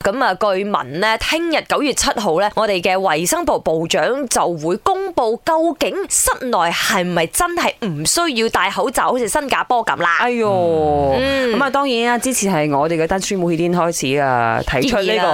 咁啊，據聞呢，聽日九月七號呢，我哋嘅衞生部部長就會公布究竟室內係咪真係唔需要戴口罩，好似新加坡咁啦。哎呦，嗯咁啊、當然啦，之前係我哋嘅丹書每天開始啊提出呢、建議啦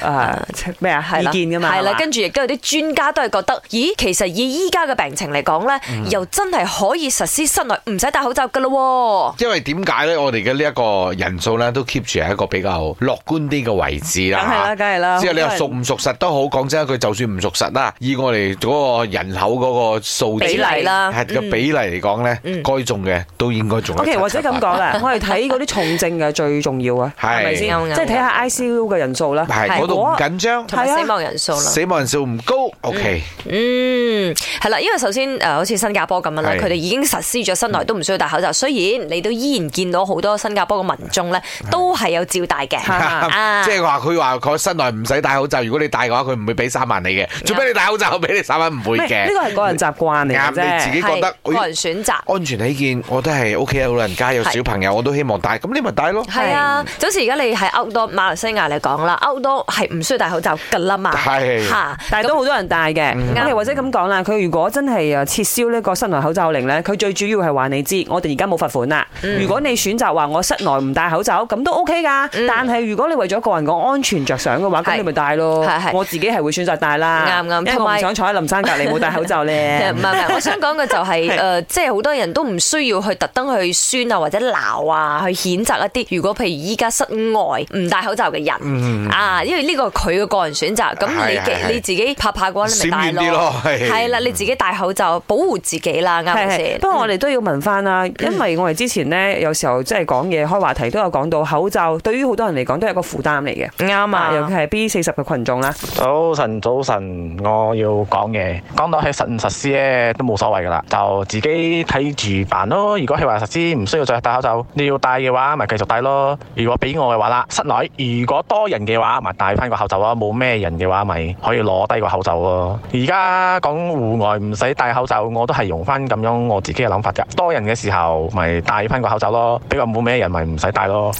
個啊咩啊係意啦見噶嘛，係係啦，嘛跟住亦都有啲專家都係覺得，咦，其實以依家嘅病情嚟講呢，嗯又真係可以實施室內唔使戴口罩噶咯喎。因為點解咧？我哋嘅呢一個人數咧都 keep 住係一個比較樂觀啲嘅位置梗係啦啊啦，。梗係啦，即係你好話多人熟唔熟實都好，講真一句，就算唔熟實啦，以我哋嗰個人口嗰個數字比例啦係個嗯比例嚟講咧，該中嘅都應該中得 O 七。 K，或者七八咁講 啦，我哋睇嗰啲重症嘅最重要啊，係係咪先？啱啱即係睇下 I C U 嘅人數啦。係嗰度唔緊張，同埋係啊死亡人數啦。死亡人數唔高，OK。嗯，係啦，因為首先誒、呃好似新加坡咁樣啦，係佢哋已經實施咗室內都唔需要戴口罩。雖然你都依然見到好多新加坡嘅民眾咧，都係有照戴嘅。啊即係話佢話佢室內唔使戴口罩，如果你戴嘅話，佢唔會俾三萬你嘅。做咩你戴口罩俾你三萬唔會咩嘅呢？個係個人習慣嚟啱嘅你自啫己。覺得啊係個人選擇。安全起見，我都係屋企有老人家有係小朋友，我都希望戴。咁你咪戴咯。係啊，就好似而家你喺 outdoor 馬來西亞嚟講啦，outdoor 係唔需要戴口罩㗎啦嘛，係嚇但係都好多人戴嘅，嗯我哋或者咁講啦，佢如果真係啊撤銷呢個室內口罩令咧，佢最主要係話你知，我哋而家冇罰款啦。嗯如果你選擇話我室內唔戴口罩，咁都 OK 噶。但係如果你為咗個人嘅安全着想嘅話，嗯係咁你咪戴咯係係。我自己係會選擇戴啦，啱啱因為同我埋唔想坐喺林山隔離冇戴口 罩咧唔。係唔係，我想講嘅就 係、誒、即係好多人都唔需要去特登去酸啊，或者鬧啊，去譴責一啲如果譬如依家室外唔戴口罩嘅人、啊，因為呢個佢嘅個人選擇。咁你係嗯係係嘅你自己怕怕嘅話，你閃咪面戴啲咯咯。係係啦，你自己戴口罩保護自己啦，啱嗯唔啱係係先？不過我哋都要問翻啦，因為我哋之前呢，有時候即係講嘢開話題都有講到口罩，對於好多人嚟講都係一個負擔嚟嘅。啱啊，尤其係 B 四十嘅群眾啦。早晨，早晨，我要講嘢。講到係實唔實施咧，都冇所謂噶啦，就自己睇住辦咯。如果係話實施唔需要再戴口罩，你要戴嘅話，咪繼續戴咯。如果俾我嘅話啦，室內如果多人嘅話，咪戴翻個口罩咯。冇咩人嘅話，咪可以攞低個口罩咯。而家講戶外唔使戴口罩，我都係用翻咁樣我自己嘅諗法㗎。多人嘅時候，咪戴翻個口罩咯。比較冇咩人，咪唔使戴咯。